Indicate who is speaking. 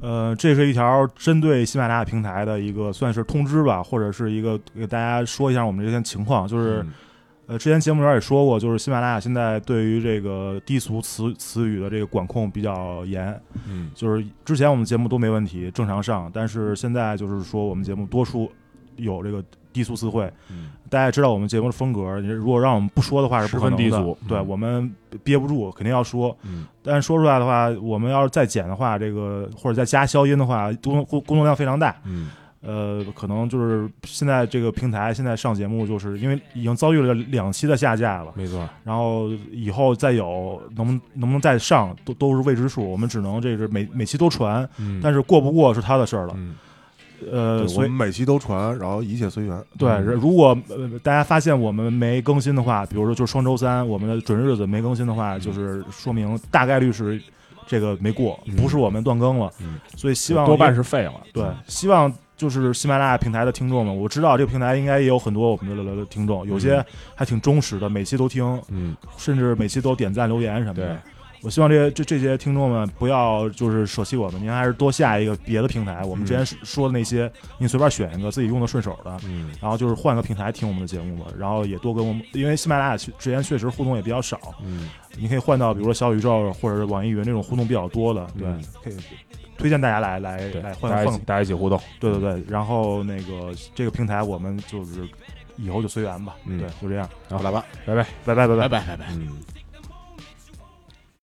Speaker 1: 呃，这是一条针对喜马拉雅平台的一个算是通知吧，或者是一个给大家说一下我们这些情况。就是、
Speaker 2: 嗯
Speaker 1: 呃，之前节目里边也说过，就是喜马拉雅现在对于这个低俗词词语的这个管控比较严。
Speaker 2: 嗯
Speaker 1: 就是之前我们节目都没问题，正常上，但是现在就是说我们节目多出有这个低俗词汇。
Speaker 2: 嗯
Speaker 1: 大家也知道我们节目的风格，你如果让我们不说的话是不可能的。
Speaker 2: 十分低俗
Speaker 1: 对
Speaker 2: 嗯
Speaker 1: 我们憋不住，肯定要说。
Speaker 2: 嗯
Speaker 1: 但是说出来的话，我们要是再剪的话，这个或者再加消音的话，工工工作量非常大。
Speaker 2: 嗯
Speaker 1: 呃，可能就是现在这个平台现在上节目，就是因为已经遭遇了两期的下架了，
Speaker 2: 没错，
Speaker 1: 然后以后再有能不能不能再上都都是未知数，我们只能这是每每期都传，
Speaker 2: 嗯
Speaker 1: 但
Speaker 2: 是
Speaker 1: 是过不过是他的事儿了。
Speaker 2: 嗯
Speaker 1: 呃，
Speaker 3: 对我
Speaker 1: 所
Speaker 3: 们
Speaker 1: 以
Speaker 3: 每期都传，然后一切随缘。
Speaker 1: 对，
Speaker 2: 嗯
Speaker 1: 如果、呃、大家发现我们没更新的话，比如说就是双周三我们的准日子没更新的
Speaker 2: 嗯
Speaker 1: 话，就是说明大概率是这个没过，
Speaker 2: 嗯
Speaker 1: 不是我们断更了，
Speaker 2: 嗯
Speaker 1: 所以希望
Speaker 2: 多半是嗯废了，
Speaker 1: 对，希望就是喜马拉雅平台的听众们，我知道这个平台应该也有很多我们的的听众，有些还挺忠实的，每期都听，
Speaker 2: 嗯
Speaker 1: 甚至每期都点赞留言什么
Speaker 2: 对
Speaker 1: 的。我希望这些这这些听众们不要就是舍弃我们，您还是多下一个别的平台。我们之前说的那些，您随便选一个自己用的顺手的，
Speaker 2: 嗯
Speaker 1: 然后就是换个平台听我们的节目吧。然后也多跟我们，因为喜马拉雅之前确实互动也比较少，
Speaker 2: 嗯
Speaker 1: 你可以换到比如说小宇宙或者是网易云这种互动比较多的，对，
Speaker 2: 嗯
Speaker 1: 可以推荐大家来来
Speaker 2: 对，
Speaker 1: 来换
Speaker 2: 大家一
Speaker 1: 换
Speaker 2: 起大家一起互动，
Speaker 1: 对对对，然后那个这个平台我们就是以后就随缘吧，
Speaker 2: 嗯
Speaker 1: 对，就这样，
Speaker 2: 好，来吧，拜拜。
Speaker 1: 拜拜拜
Speaker 4: 拜。
Speaker 1: 拜
Speaker 4: 拜拜拜。
Speaker 2: 嗯。